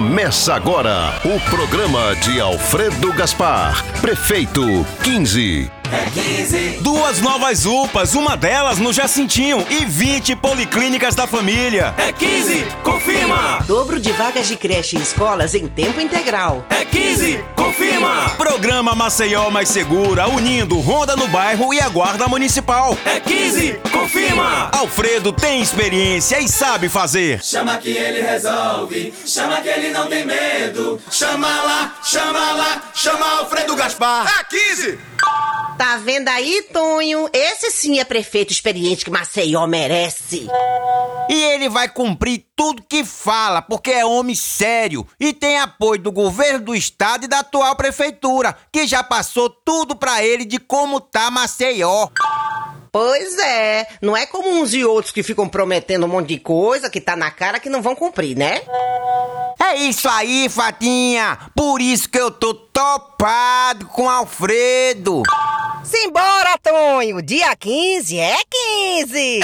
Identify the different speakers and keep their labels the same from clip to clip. Speaker 1: Começa agora o programa de Alfredo Gaspar, prefeito 15.
Speaker 2: Duas novas UPAs, uma delas no Jacintinho e 20 policlínicas da família.
Speaker 3: É 15, confirma!
Speaker 4: Dobro de vagas de creche e escolas em tempo integral.
Speaker 3: É 15, confirma!
Speaker 2: Programa Maceió Mais Segura, unindo Ronda no Bairro e a Guarda Municipal.
Speaker 3: É 15, confirma!
Speaker 2: Alfredo tem experiência e sabe fazer.
Speaker 5: Chama que ele resolve, chama que ele não tem medo. Chama lá, chama lá, chama Alfredo Gaspar.
Speaker 6: É 15!
Speaker 4: Tá vendo aí, Tonho? Esse sim é prefeito experiente que Maceió merece.
Speaker 7: E ele vai cumprir tudo que fala, porque é homem sério e tem apoio do governo do estado e da atual prefeitura, que já passou tudo pra ele de como tá Maceió.
Speaker 4: Pois é, não é como uns e outros que ficam prometendo um monte de coisa que tá na cara que não vão cumprir, né?
Speaker 7: É isso aí, Fatinha! Por isso que eu tô topado com Alfredo!
Speaker 8: Simbora, Tonho! Dia 15 é 15!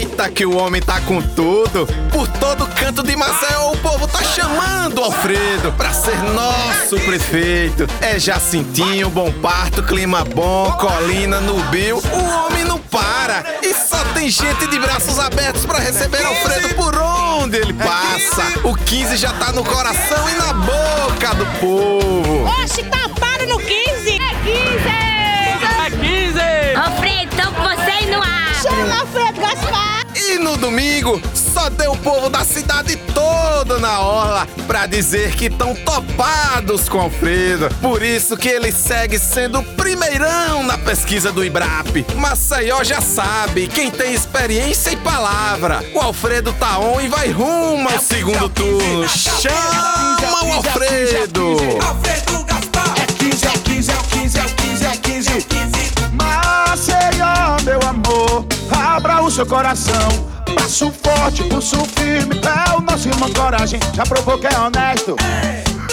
Speaker 6: Eita, que o homem tá com tudo! Por todo canto de Maceió, o povo tá chamando Alfredo pra ser nosso prefeito! É Jacintinho, bom parto, clima bom, colina, nubil, o homem não para! E só tem gente de braços abertos pra receber Alfredo por onde ele passa! O 15 já tá no coração e na boca do povo!
Speaker 9: Oxe, tá para no 15!
Speaker 10: É 15! É 15!
Speaker 9: Alfredo, tô com vocês no ar!
Speaker 10: Chama Alfredo Gaspar!
Speaker 6: E no domingo, só deu o povo da cidade toda na orla pra dizer que estão topados com Alfredo. Por isso que ele segue sendo o primeirão na pesquisa do Ibrap. Maceió já sabe, quem tem experiência e palavra. O Alfredo tá on e vai rumo ao segundo turno. Chama o Alfredo!
Speaker 5: Alfredo Gaspar.
Speaker 11: É 15, é 15, é 15, é 15, é 15, é 15. Maceió, meu amor, abra o seu coração. Passo forte, pulso firme, é o nosso irmão coragem. Já provou que é honesto,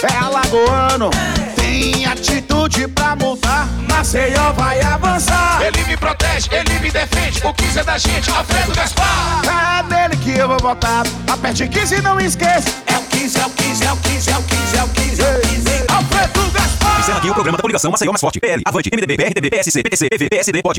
Speaker 11: é alagoano. Tem atitude pra mudar, Maceió vai avançar.
Speaker 5: Ele me protege, ele me defende. O 15 é da gente, Alfredo Gaspar.
Speaker 11: É nele que eu vou votar. Aperte 15 e não esqueça.
Speaker 5: É o 15, é o 15, é o 15, é o 15, é o 15, é o 15. Alfredo Gaspar.
Speaker 2: Encerra aqui o programa da coligação Maceió Mais Forte. PL, Avante, MDB, PRTB, PSC, PTC, PV, PSD, POD.